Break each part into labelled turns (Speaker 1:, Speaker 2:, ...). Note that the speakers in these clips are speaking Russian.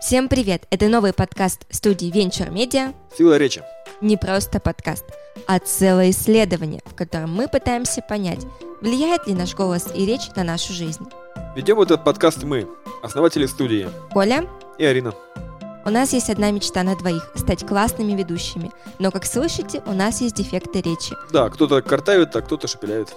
Speaker 1: Всем привет! Это новый подкаст студии Venture Media
Speaker 2: Сила речи.
Speaker 1: не просто подкаст, а целое исследование, в котором мы пытаемся понять, влияет ли наш голос и речь на нашу жизнь.
Speaker 2: Ведем этот подкаст мы, основатели студии,
Speaker 1: Коля,
Speaker 2: и Арина.
Speaker 1: у нас есть одна мечта на двоих – стать классными ведущими, но, как слышите, у нас есть дефекты речи.
Speaker 2: Да, кто-то картавит, а кто-то шепеляет.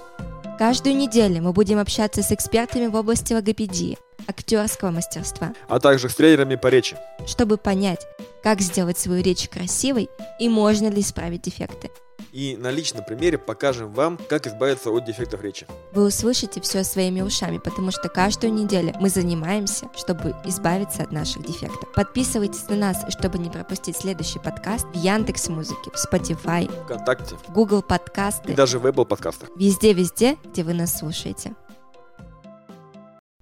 Speaker 1: Каждую неделю мы будем общаться с экспертами в области логопедии, актерского мастерства,
Speaker 2: А также с тренерами по речи.
Speaker 1: чтобы понять, как сделать свою речь красивой и можно ли исправить дефекты.
Speaker 2: И на личном примере покажем вам, как избавиться от дефектов речи.
Speaker 1: Вы услышите все своими ушами, потому что каждую неделю мы занимаемся, чтобы избавиться от наших дефектов. Подписывайтесь на нас, чтобы не пропустить следующий подкаст в Яндекс Музыке, в Spotify,
Speaker 2: Вконтакте
Speaker 1: в Google
Speaker 2: и
Speaker 1: Подкасты,
Speaker 2: даже в Apple подкастах.
Speaker 1: везде-везде, где вы нас слушаете.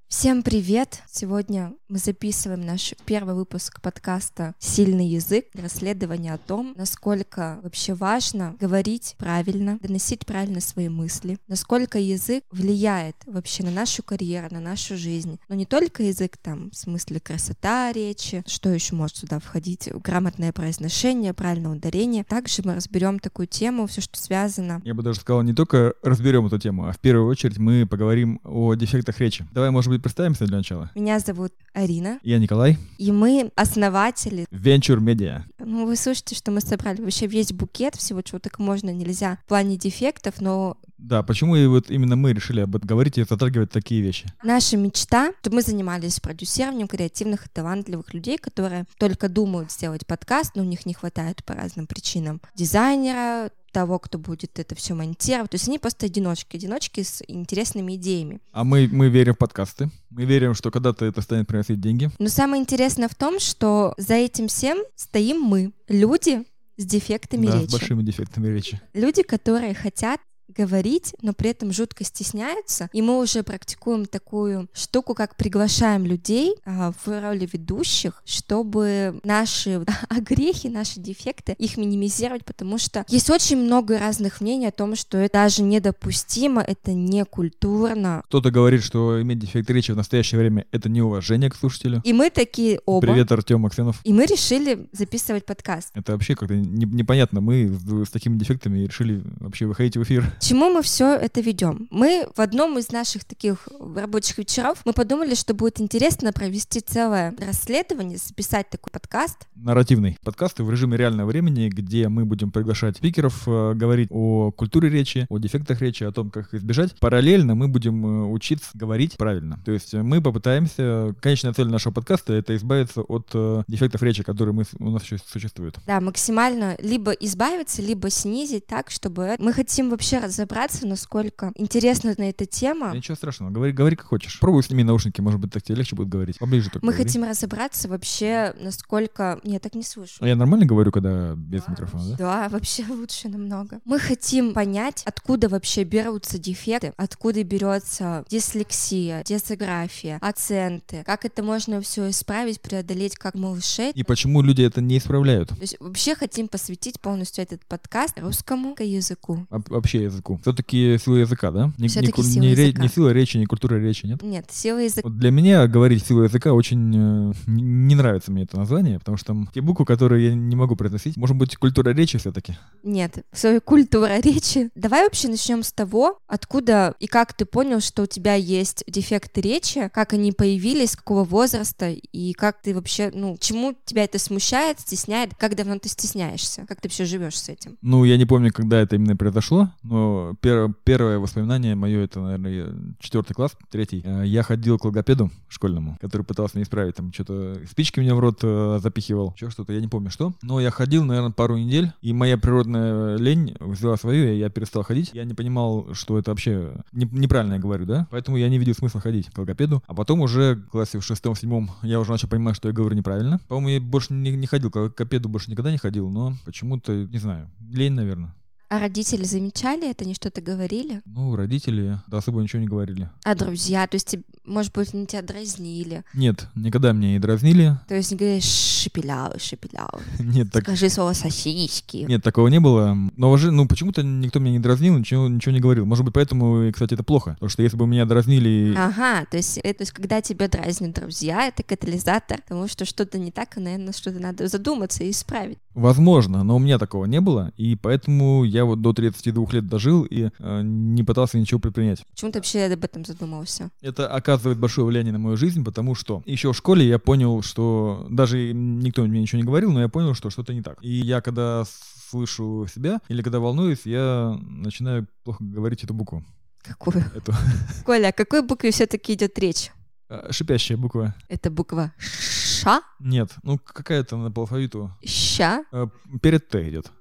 Speaker 1: Всем привет! Сегодня мы записываем наш первый выпуск подкаста «Сильный язык» расследование о том, насколько вообще важно говорить правильно, доносить правильно свои мысли, насколько язык влияет вообще на нашу карьеру, на нашу жизнь. Но не только язык, там, в смысле красота речи, что еще может сюда входить, грамотное произношение, правильное ударение. Также мы разберем такую тему, все, что связано
Speaker 3: Я бы даже сказал, не только разберем эту тему, а в первую очередь мы поговорим о дефектах речи. Давай, может быть, представимся для начала.
Speaker 1: Меня зовут Арина,
Speaker 3: Я Николай,
Speaker 1: и мы основатели.
Speaker 3: Venture Media.
Speaker 1: Ну, вы слышите, что мы собрали вообще весь букет всего, чего так можно, нельзя в плане дефектов, но
Speaker 3: Да, почему и вот именно мы решили об этом говорить и затрагивать такие вещи?
Speaker 1: наша мечта, чтобы мы занимались продюсированием креативных и талантливых людей, которые только думают сделать подкаст, но у них не хватает по разным причинам дизайнера, того, кто будет это все монтировать. То есть они просто одиночки, одиночки с интересными идеями.
Speaker 3: А мы, мы верим в подкасты. Мы верим, что когда-то это станет приносить деньги.
Speaker 1: Но самое интересное в том, что за этим всем стоим мы, люди с дефектами
Speaker 3: Да, с
Speaker 1: речи.
Speaker 3: большими дефектами речи.
Speaker 1: люди, которые хотят говорить, но при этом жутко стесняются. И мы уже практикуем такую штуку, как приглашаем людей а, в роли ведущих, чтобы наши огрехи, наши дефекты, их минимизировать, потому что есть очень много разных мнений о том, что это даже недопустимо, это не культурно.
Speaker 3: Кто-то говорит, что иметь дефект речи в настоящее время — это неуважение к слушателю.
Speaker 1: И мы такие оба.
Speaker 3: Привет, Артем Аксенов.
Speaker 1: И мы решили записывать подкаст.
Speaker 3: Это вообще как-то не- непонятно. Мы с, с такими дефектами решили вообще выходить в эфир.
Speaker 1: К чему мы все это ведем? Мы в одном из наших таких рабочих вечеров мы подумали, что будет интересно провести целое расследование, записать такой подкаст.
Speaker 3: нарративный подкаст в режиме реального времени, где мы будем приглашать спикеров, э, говорить о культуре речи, о дефектах речи, о том, как их избежать. Параллельно мы будем э, учиться говорить правильно. То есть э, мы попытаемся, конечная цель нашего подкаста — это избавиться от э, дефектов речи, которые мы, с- у нас еще существуют.
Speaker 1: Да, максимально либо избавиться, либо снизить так, чтобы мы хотим вообще разобраться, насколько интересна на эта тема.
Speaker 3: Ничего страшного, говори, говори как хочешь. Пробуй сними наушники, может быть, так тебе легче будет говорить. Поближе только
Speaker 1: Мы
Speaker 3: говори.
Speaker 1: хотим разобраться вообще, насколько... Я так не слышу.
Speaker 3: А я нормально говорю, когда
Speaker 1: А,
Speaker 3: без микрофона, да?
Speaker 1: Да, вообще лучше намного. Мы хотим понять, откуда вообще берутся дефекты, откуда берется дислексия, дисография, акценты, как это можно все исправить, преодолеть как малышей.
Speaker 3: И почему люди это не исправляют?
Speaker 1: То есть вообще хотим посвятить полностью этот подкаст русскому языку.
Speaker 3: Об- вообще языку. Все-таки сила языка, да? Не, не
Speaker 1: Всё-таки
Speaker 3: куль-
Speaker 1: сила
Speaker 3: не ре-
Speaker 1: языка.
Speaker 3: не сила речи, не культура речи, нет?
Speaker 1: Нет, сила языка.
Speaker 3: Вот для меня говорить силой языка очень э, н- не нравится мне это название, потому что там те буквы, которые я не могу произносить, может быть, культура речи все-таки.
Speaker 1: Нет, свою культура речи. Давай вообще начнем с того, откуда и как ты понял, что у тебя есть дефекты речи, как они появились, с какого возраста и как ты вообще, ну, чему тебя это смущает, стесняет, как давно ты стесняешься, как ты вообще живешь с этим.
Speaker 3: Ну, я не помню, когда это именно произошло, но пер- первое воспоминание мое это, наверное, четвертый класс, третий. Э, Я ходил к логопеду школьному, который пытался меня исправить, там что-то спички мне в рот э, запихивал, еще что-то, я не помню что. Но я ходил, наверное, пару недель, и моя природная лень взяла свою, и я перестал ходить. Я не понимал, что это вообще не- неправильно я говорю, да? Поэтому я не видел смысла ходить к логопеду. А потом уже в классе в шестом-седьмом я уже начал понимать, что я говорю неправильно. По-моему, я больше не, не ходил к логопеду, больше никогда не ходил, но почему-то, не знаю, лень, наверное.
Speaker 1: А родители замечали это, они что-то говорили?
Speaker 3: Ну, родители да, особо ничего не говорили.
Speaker 1: А друзья, то есть, те- может быть, они тебя дразнили?
Speaker 3: Нет, никогда меня не дразнили.
Speaker 1: То есть, они говорили, шепеляу, шепеляу,
Speaker 3: Нет, так,
Speaker 1: скажи слово сосиски.
Speaker 3: нет, такого не было. Но уже, ну, почему-то никто меня не дразнил, ничего, ничего не говорил. Может быть, поэтому, и, кстати, это плохо. Потому что если бы меня дразнили...
Speaker 1: Ага, то есть, э, то есть, когда тебя дразнят друзья, это катализатор, потому что что-то не так, и, наверное, что-то надо задуматься и исправить.
Speaker 3: Возможно, но у меня такого не было, и поэтому я вот до 32 лет дожил и э, не пытался ничего предпринять.
Speaker 1: Почему ты вообще об этом задумался?
Speaker 3: Это оказывает большое влияние на мою жизнь, потому что еще в школе я понял, что даже никто мне ничего не говорил, но я понял, что что-то не так. И я когда слышу себя или когда волнуюсь, я начинаю плохо говорить эту букву.
Speaker 1: Какую?
Speaker 3: Эту
Speaker 1: Коля, о какой букве все-таки идет речь?
Speaker 3: э, шипящая буква.
Speaker 1: Это буква Ша,
Speaker 3: Нет, ну какая-то она по алфавиту.
Speaker 1: Ща,
Speaker 3: Э, Перед Т идет.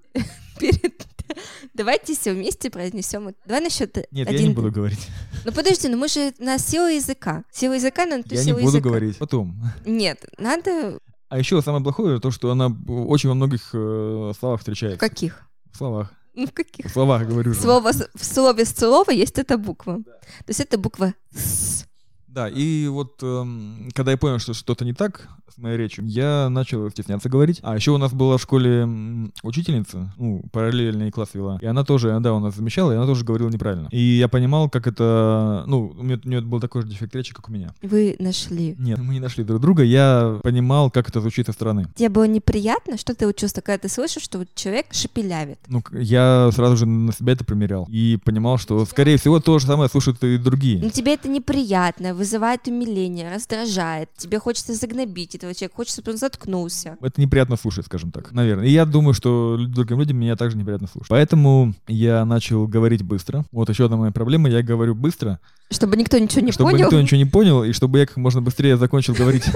Speaker 1: перед... Давайте все вместе произнесем. это. Давай насчет
Speaker 3: Нет,
Speaker 1: один.
Speaker 3: я не буду говорить.
Speaker 1: Ну подожди, ну мы же на силу языка. Сила языка, но ты
Speaker 3: Я не
Speaker 1: сила
Speaker 3: буду
Speaker 1: языка.
Speaker 3: говорить. Потом.
Speaker 1: Нет, надо
Speaker 3: А еще самое плохое то, что она очень во многих э, словах
Speaker 1: в
Speaker 3: встречается.
Speaker 1: каких?
Speaker 3: В словах.
Speaker 1: Ну в
Speaker 3: В
Speaker 1: каких?
Speaker 3: словах говорю. же.
Speaker 1: Слово с- в слове слова есть эта буква. То есть это буква С.
Speaker 3: Да, и вот эм, когда я понял, что что-то не так с моей речью, я начал стесняться говорить. А еще у нас была в школе м, учительница, ну, параллельный класс вела, и она тоже, да, у нас замещала, и она тоже говорила неправильно. И я понимал, как это, ну, у меня, у неё был такой же дефект речи, как у меня.
Speaker 1: Вы нашли.
Speaker 3: Нет, мы не нашли друг друга, я понимал, как это звучит со стороны.
Speaker 1: Тебе было неприятно, что ты вот чувствовал, когда ты слышишь, что вот человек шепелявит?
Speaker 3: Ну, к- я сразу же на себя это примерял и понимал, что, скорее всего, то же самое слушают и другие.
Speaker 1: Но Ну, тебе это неприятно, вызывает умиление, раздражает. Тебе хочется загнобить этого человека, хочется, чтобы он заткнулся.
Speaker 3: Это неприятно слушать, скажем так, наверное. И я думаю, что лю- другим людям меня также неприятно слушать. Поэтому я начал говорить быстро. Вот еще одна моя проблема. Я говорю быстро,
Speaker 1: Чтобы никто ничего не
Speaker 3: чтобы
Speaker 1: понял.
Speaker 3: никто ничего не понял, и чтобы я как можно быстрее закончил говорить.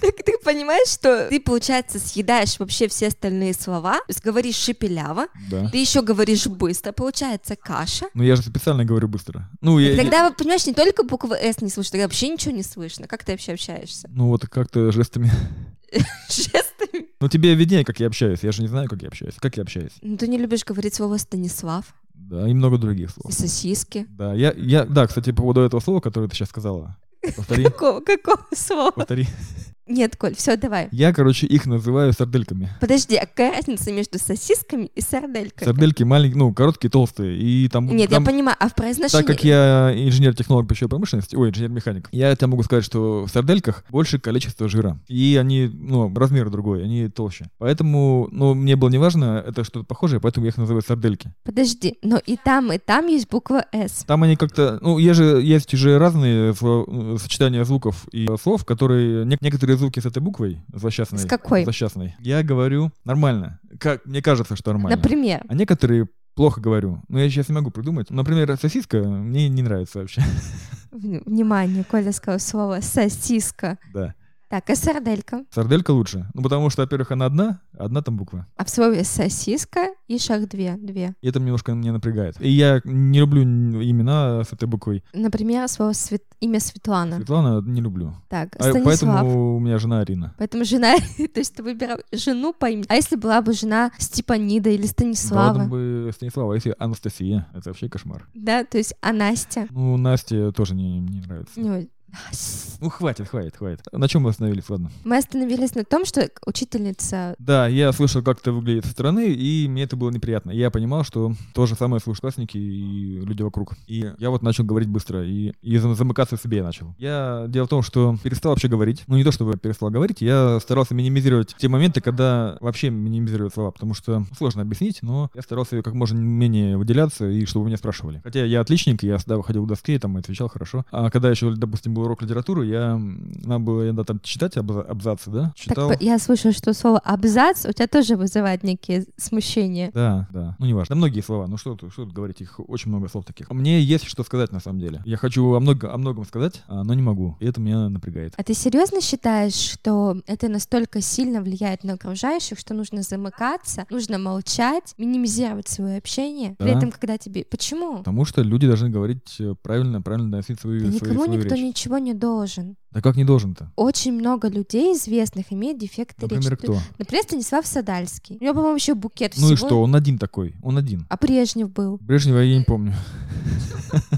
Speaker 1: Так ты понимаешь, что ты, получается, съедаешь вообще все остальные слова, то есть говоришь шепеляво,
Speaker 3: Да.
Speaker 1: ты еще говоришь быстро, получается каша.
Speaker 3: Но я же специально говорю быстро. Ну,
Speaker 1: И
Speaker 3: я... я-
Speaker 1: тогда, вот, понимаешь, не только буква «С» не слышно, тогда вообще ничего не слышно. Как ты вообще общаешься?
Speaker 3: Ну, вот как-то жестами.
Speaker 1: Жестами?
Speaker 3: Ну, тебе виднее, как я общаюсь. Я же не знаю, как я общаюсь. Как я общаюсь.
Speaker 1: Ну, ты не любишь говорить слово «Станислав»
Speaker 3: Да, и много других
Speaker 1: и
Speaker 3: слов.
Speaker 1: «сосиски».
Speaker 3: Да, я, я... Да, кстати, по поводу этого слова, которое ты сейчас сказала. Повтори.
Speaker 1: Какого, какого слова?
Speaker 3: Повтори.
Speaker 1: Нет, Коль, все, давай.
Speaker 3: Я, короче, их называю сардельками.
Speaker 1: Подожди, а какая разница между сосисками и сардельками?
Speaker 3: Сардельки маленькие, ну, короткие, толстые. И там,
Speaker 1: Нет,
Speaker 3: там-
Speaker 1: я понимаю, а в произношении...
Speaker 3: так как я инженер-технолог пищевой промышленности, ой, инженер-механик, я тебе могу сказать, что в сардельках больше количество жира. И они, ну, размер другой, они толще. Поэтому, ну, мне было неважно, это что-то похожее, поэтому я их называю сардельки.
Speaker 1: Подожди, но и там, и там есть буква «С».
Speaker 3: Там они как-то, ну, есть же, есть же разные сло- ну, сочетания звуков и слов, которые, нек- некоторые звуки с этой буквой, злосчастной.
Speaker 1: С какой?
Speaker 3: Злосчастной. Я говорю нормально. Как, мне кажется, что нормально.
Speaker 1: Например.
Speaker 3: А некоторые плохо говорю. Но я сейчас не могу придумать. Ну, Например, сосиска мне не нравится вообще.
Speaker 1: В- Внимание, Коля сказал слово «сосиска».
Speaker 3: Да.
Speaker 1: Так, а сарделька?
Speaker 3: Сарделька лучше. Ну, потому что, во-первых, она одна, а одна там буква.
Speaker 1: А в слове «сосиска» и шаг две, две.
Speaker 3: И это немножко меня напрягает. И я не люблю н- имена с этой буквой.
Speaker 1: Например, слово «свет- имя Светлана.
Speaker 3: Светлана не люблю.
Speaker 1: Так,
Speaker 3: А
Speaker 1: Станислав. Поэтому...
Speaker 3: поэтому у меня жена Арина.
Speaker 1: жена, то есть ты выбирал жену по имени. А если была бы жена Степанида или
Speaker 3: Да,
Speaker 1: Станислава?
Speaker 3: ладно бы Станислава, а если Анастасия, это вообще кошмар.
Speaker 1: Да, то есть а Настя?
Speaker 3: Ну, Насте тоже не, не нравится.
Speaker 1: Не,
Speaker 3: Ну, хватит, хватит, хватит. На чем мы остановились, ладно?
Speaker 1: Мы остановились на том, что учительница...
Speaker 3: Да, я слышал, как это выглядит со стороны, и мне это было неприятно. Я понимал, что то же самое слушают классники и люди вокруг. И я вот начал говорить быстро, и, и зам- замыкаться в себе я начал. Я... Дело в том, что перестал вообще говорить. Ну, не то, чтобы я перестал говорить, я старался минимизировать те моменты, когда вообще минимизирую слова, потому что сложно объяснить, но я старался как можно менее выделяться, и чтобы меня спрашивали. Хотя я отличник, я всегда выходил в доске, там, и отвечал хорошо. А когда еще, допустим, был урок литературы, я... м, Надо было иногда там читать абза- абзацы, да?
Speaker 1: Так,
Speaker 3: Читал.
Speaker 1: по- я слышала, что слово «абзац» у тебя тоже вызывает некие смущения.
Speaker 3: Да, да. Ну, неважно. Да многие слова. Ну, что тут, что тут говорить? Их очень много слов таких. Мне есть что сказать, на самом деле. Я хочу о, много, о многом сказать, а, но не могу. И это меня напрягает.
Speaker 1: А ты серьезно считаешь, что это настолько сильно влияет на окружающих, что нужно замыкаться, нужно молчать, минимизировать свое общение? При
Speaker 3: Да.
Speaker 1: этом, когда тебе... Почему?
Speaker 3: Потому что люди должны говорить э, правильно, правильно доносить свою,
Speaker 1: Да
Speaker 3: свою,
Speaker 1: никому
Speaker 3: свою
Speaker 1: никто
Speaker 3: речь.
Speaker 1: ничего ничего не должен.
Speaker 3: Да как не должен-то?
Speaker 1: Очень много людей известных имеет дефекты
Speaker 3: Например,
Speaker 1: речи.
Speaker 3: кто?
Speaker 1: Например, Станислав Садальский. У него, по-моему, еще букет
Speaker 3: Ну и
Speaker 1: всего.
Speaker 3: что, он один такой, он один.
Speaker 1: А Брежнев был.
Speaker 3: Брежнева я не помню.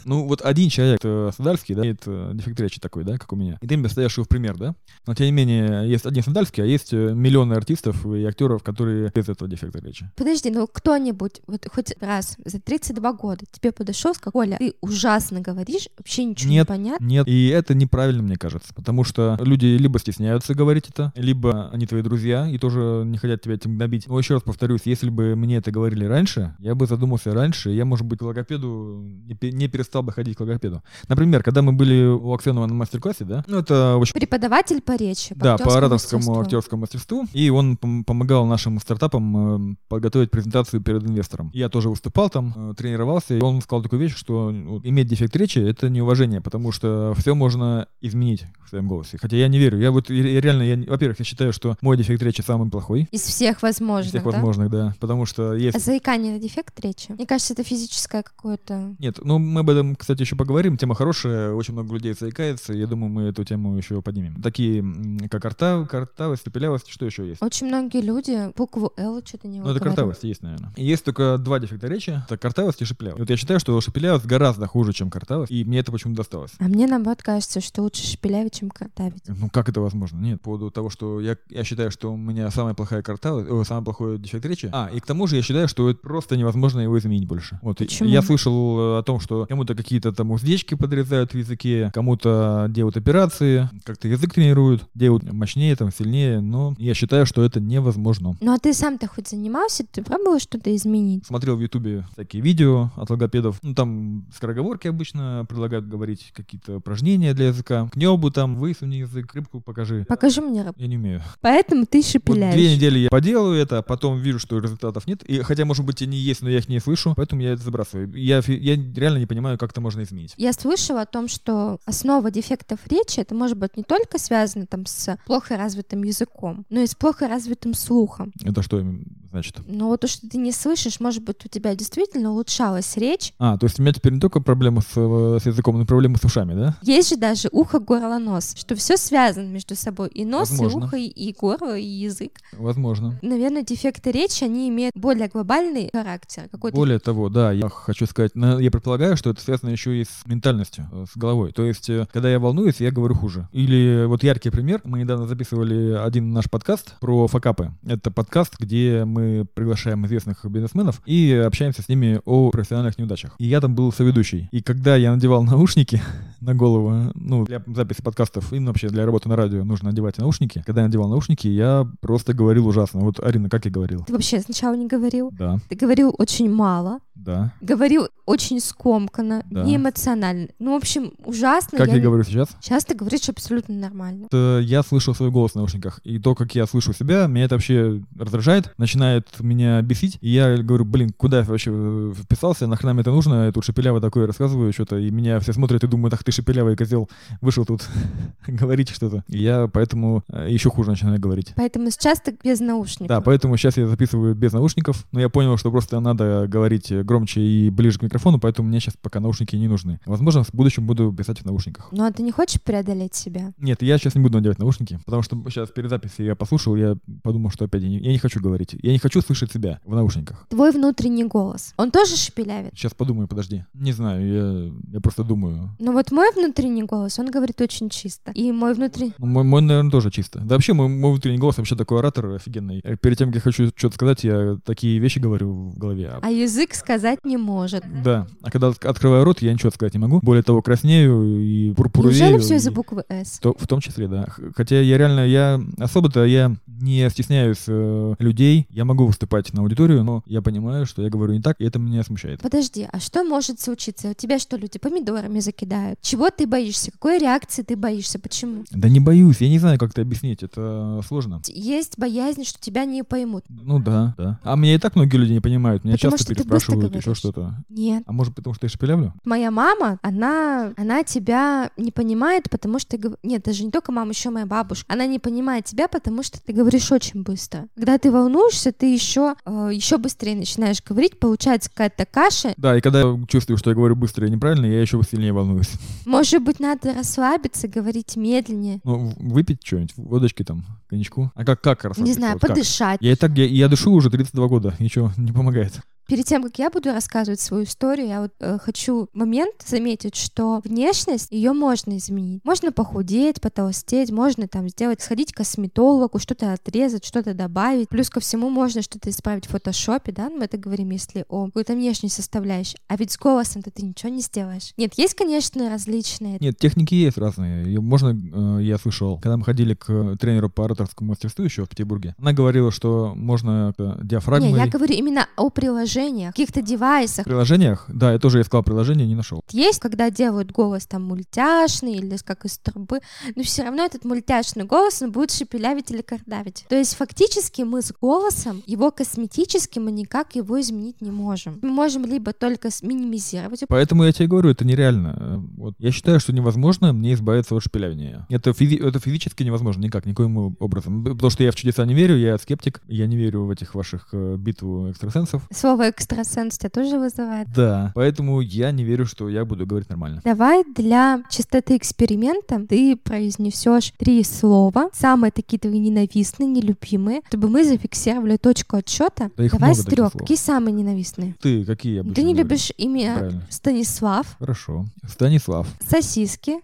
Speaker 3: Ну, вот один человек, это Садальский, да, имеет э, дефект речи такой, да, как у меня. И ты мне ставишь его в пример, да? Но, тем не менее, есть один Садальский, а есть э, миллионы артистов и актеров, которые без этого дефекта речи.
Speaker 1: Подожди, ну кто-нибудь, вот хоть раз за 32 года тебе подошел, сказал, Оля, ты ужасно говоришь, вообще ничего не
Speaker 3: Нет.
Speaker 1: понятно.
Speaker 3: Нет, и это неправильно, мне кажется, потому что люди либо стесняются говорить это, либо они твои друзья и тоже не хотят тебя этим добить. Но еще раз повторюсь, если бы мне это говорили раньше, я бы задумался раньше, я, может быть, к логопеду не, пе- не перестал бы ходить к логопеду. Например, когда мы были у Аксенова на мастер-классе, да, ну это очень
Speaker 1: Преподаватель по речи, по
Speaker 3: да,
Speaker 1: актёрскому
Speaker 3: по ораторскому
Speaker 1: мастерству.
Speaker 3: актерскому мастерству. И он пом- помогал нашим стартапам э, подготовить презентацию перед инвестором. Я тоже выступал там, э, тренировался, и он сказал такую вещь, что ну, вот, иметь дефект речи — это неуважение, потому что все можно изменить в своем голосе. Хотя я не верю. Я вот я- я реально, я, не- во-первых, я считаю, что мой дефект речи самый плохой
Speaker 1: Из всех
Speaker 3: из
Speaker 1: возможных,
Speaker 3: всех
Speaker 1: да?
Speaker 3: возможных, да. Потому что
Speaker 1: А
Speaker 3: есть...
Speaker 1: заикание — это дефект речи? Мне кажется, это физическое какое-то...
Speaker 3: Нет, ну мы об этом, кстати, еще поговорим. Тема хорошая, очень много людей заикается. и Я думаю, мы эту тему еще поднимем. Такие, м, как арта, картавость, пепелявость, что еще есть?
Speaker 1: Очень многие люди букву «Л» что-то не
Speaker 3: Ну, это
Speaker 1: выговаривают.
Speaker 3: картавость есть, наверное. Есть только два дефекта речи. Это картавость и шепелявость. Вот я считаю, что шепелявость гораздо хуже, чем картавость, и мне это почему-то досталось.
Speaker 1: А мне, наоборот, кажется, что лучше шепелявить, чем картавить.
Speaker 3: Ну, как это возможно? Нет, по поводу того, что я, я считаю, что у меня самая плохая картавость, о, самый плохой дефект речи. А, и к тому же я считаю, что это просто невозможно его изменить больше. Вот, и-
Speaker 1: Почему?
Speaker 3: я слышал э, о том, что кому-то какие-то там уздечки подрезают в языке, кому-то делают операции, как-то язык тренируют, делают мощнее, там, сильнее, но я считаю, что это невозможно.
Speaker 1: Ну, а ты сам-то хоть занимался? Ты пробовал что-то изменить?
Speaker 3: Смотрел в Ютубе всякие видео от логопедов. Ну, там скороговорки обычно предлагают говорить, какие-то упражнения для языка. К небу там, высуни язык, рыбку покажи.
Speaker 1: Покажи мне раб-
Speaker 3: Я не умею.
Speaker 1: Поэтому ты
Speaker 3: Вот
Speaker 1: шепеляешь.
Speaker 3: две недели я поделаю это, а потом вижу, что результатов нет. И, хотя, может быть, они есть, но я их не слышу, поэтому я это забрасываю. Я, фи- я реально не понимаю, как это можно изменить.
Speaker 1: Я слышала о том, что основа дефектов речи это может быть не только связано там с плохо развитым языком, но и с плохо развитым слухом.
Speaker 3: Это что им значит?
Speaker 1: Но вот то, что ты не слышишь, может быть, у тебя действительно улучшалась речь.
Speaker 3: А, то есть у меня теперь не только проблема с, э, с языком, но и проблема с ушами, да?
Speaker 1: Есть же даже ухо, горло, нос, что все связано между собой. И нос, и
Speaker 3: Возможно.
Speaker 1: ухо, и- и горло, и язык.
Speaker 3: Возможно.
Speaker 1: Наверное, дефекты речи, они имеют более глобальный характер. Какой-то
Speaker 3: Более того, да, я хочу сказать, на- я предполагаю, что это связано еще и с ментальностью, э, с головой. То есть, э, когда я волнуюсь, я говорю хуже. Или вот яркий пример. Мы недавно записывали один наш подкаст про факапы. Это подкаст, где мы приглашаем известных бизнесменов и общаемся с ними о профессиональных неудачах. И я там был соведущий. И когда я надевал наушники на голову, ну, для записи подкастов и ну, вообще для работы на радио нужно надевать наушники. Когда я надевал наушники, я просто говорил ужасно. Вот, Арина, как я говорил?
Speaker 1: Ты вообще сначала не говорил.
Speaker 3: Да,
Speaker 1: Ты говорил очень мало.
Speaker 3: да.
Speaker 1: Говорил очень скомканно,
Speaker 3: Да.
Speaker 1: неэмоционально. Ну, в общем, ужасно.
Speaker 3: Как я
Speaker 1: не-
Speaker 3: говорю сейчас?
Speaker 1: Сейчас ты говоришь абсолютно нормально.
Speaker 3: э, я слышал свой голос в наушниках. И то, как я слышу себя, меня это вообще раздражает, начинает меня бесить. И я говорю, блин, куда я вообще э, вписался, нахрена мне это нужно, я тут шепеляво такое рассказываю что-то, и меня все смотрят и думают, ах ты шепелявый козел, вышел тут говорить что-то. И я поэтому еще хуже начинаю говорить.
Speaker 1: Поэтому сейчас ты без наушников.
Speaker 3: Да, поэтому сейчас я записываю без наушников, но я понял, что просто надо говорить э, громче и ближе к микрофону, поэтому мне сейчас пока наушники не нужны. Возможно, в будущем буду писать в наушниках.
Speaker 1: Ну а ты не хочешь преодолеть себя?
Speaker 3: Нет, я сейчас не буду надевать наушники, потому что сейчас перед записью я послушал, я подумал, что опять я не, я не хочу говорить. Я не хочу слышать себя в наушниках.
Speaker 1: Твой внутренний голос. Он тоже шепелявит.
Speaker 3: Сейчас подумаю, подожди. Не знаю, я, я просто думаю.
Speaker 1: Но вот мой внутренний голос, он говорит очень чисто. И мой внутренний...
Speaker 3: Ну, Мой, мой, наверное, тоже чисто. Да вообще, мой, мой внутренний голос вообще такой оратор офигенный. Э, Перед тем, как я хочу что-то сказать, я такие вещи говорю в голове. А-
Speaker 1: А язык сказать не может.
Speaker 3: Да. А когда отк- открываю рот, я ничего сказать не могу. Более того, краснею и пурпурею.
Speaker 1: Неужели все
Speaker 3: и-
Speaker 1: из-за буквы «С»?
Speaker 3: В то- в том числе, да. Х- Хотя я реально, я особо-то я не стесняюсь э, людей, я могу выступать на аудиторию, но я понимаю, что я говорю не так, и это меня смущает.
Speaker 1: Подожди, а что может случиться? У тебя что, люди помидорами закидают? Чего ты боишься? Какой реакции ты боишься? Почему?
Speaker 3: Да не боюсь, я не знаю, как это объяснить, это сложно.
Speaker 1: Есть боязнь, что тебя не поймут.
Speaker 3: Ну да, да. А меня и так многие люди не понимают, меня
Speaker 1: Потому
Speaker 3: часто
Speaker 1: что ты быстро
Speaker 3: переспрашивают еще
Speaker 1: говоришь.
Speaker 3: что-то.
Speaker 1: Нет.
Speaker 3: А может потому, что я шепелявлю?
Speaker 1: Моя мама, она, она тебя не понимает, потому что... ты гов- Нет, даже не только мама, еще моя бабушка. Она не понимает тебя, потому что ты говоришь очень быстро. Когда ты волнуешься, ты еще, э, еще быстрее начинаешь говорить, получается какая-то каша.
Speaker 3: Да, и когда я чувствую, что я говорю быстро и неправильно, я еще сильнее волнуюсь.
Speaker 1: Может быть, надо расслабиться, говорить медленнее.
Speaker 3: Ну, в- выпить что-нибудь, водочки там, коньячку. А как, как расслабиться?
Speaker 1: Не знаю,
Speaker 3: Вот как?
Speaker 1: подышать.
Speaker 3: Я и так, я, я дышу уже 32 года, ничего не помогает.
Speaker 1: Перед тем, как я буду рассказывать свою историю, я вот э, хочу момент заметить, что внешность ее можно изменить. Можно похудеть, потолстеть, можно там сделать, сходить к косметологу, что-то отрезать, что-то добавить. Плюс ко всему можно что-то исправить в фотошопе, да, мы это говорим, если о какой-то внешней составляющей. А ведь с голосом-то ты ничего не сделаешь. Нет, есть, конечно, различные.
Speaker 3: Нет, техники есть разные. И можно, э, я слышал, когда мы ходили к э, тренеру по ораторскому мастерству еще в Петербурге, она говорила, что можно э, диафрагмой...
Speaker 1: Не, я говорю именно о приложениях, каких-то
Speaker 3: В
Speaker 1: девайсах.
Speaker 3: приложениях, да, я тоже искал приложение, не нашел.
Speaker 1: есть, когда делают голос там мультяшный или как из трубы, но все равно этот мультяшный голос он будет шепелявить или кардавить. То есть фактически мы с голосом, его косметически мы никак его изменить не можем. Мы можем либо только с- минимизировать,
Speaker 3: Поэтому я тебе говорю, это нереально. Э, Вот. Я считаю, что невозможно мне избавиться от шпилявения. Это, физи- это физически невозможно никак, никоим образом. Б- Потому что я в чудеса не верю, я скептик, я не верю в этих ваших э, битву экстрасенсов.
Speaker 1: слово экстрасенс тебя тоже вызывает.
Speaker 3: Да, поэтому я не верю, что я буду говорить нормально.
Speaker 1: Давай для чистоты эксперимента ты произнесешь три слова, самые такие твои ненавистные, нелюбимые, чтобы мы зафиксировали точку отсчета.
Speaker 3: Да их
Speaker 1: Давай
Speaker 3: много
Speaker 1: с
Speaker 3: таких
Speaker 1: трех.
Speaker 3: слов.
Speaker 1: Какие самые ненавистные?
Speaker 3: Ты какие я
Speaker 1: Ты не любишь имя
Speaker 3: Правильно.
Speaker 1: Станислав,
Speaker 3: Хорошо. Станислав.
Speaker 1: сосиски.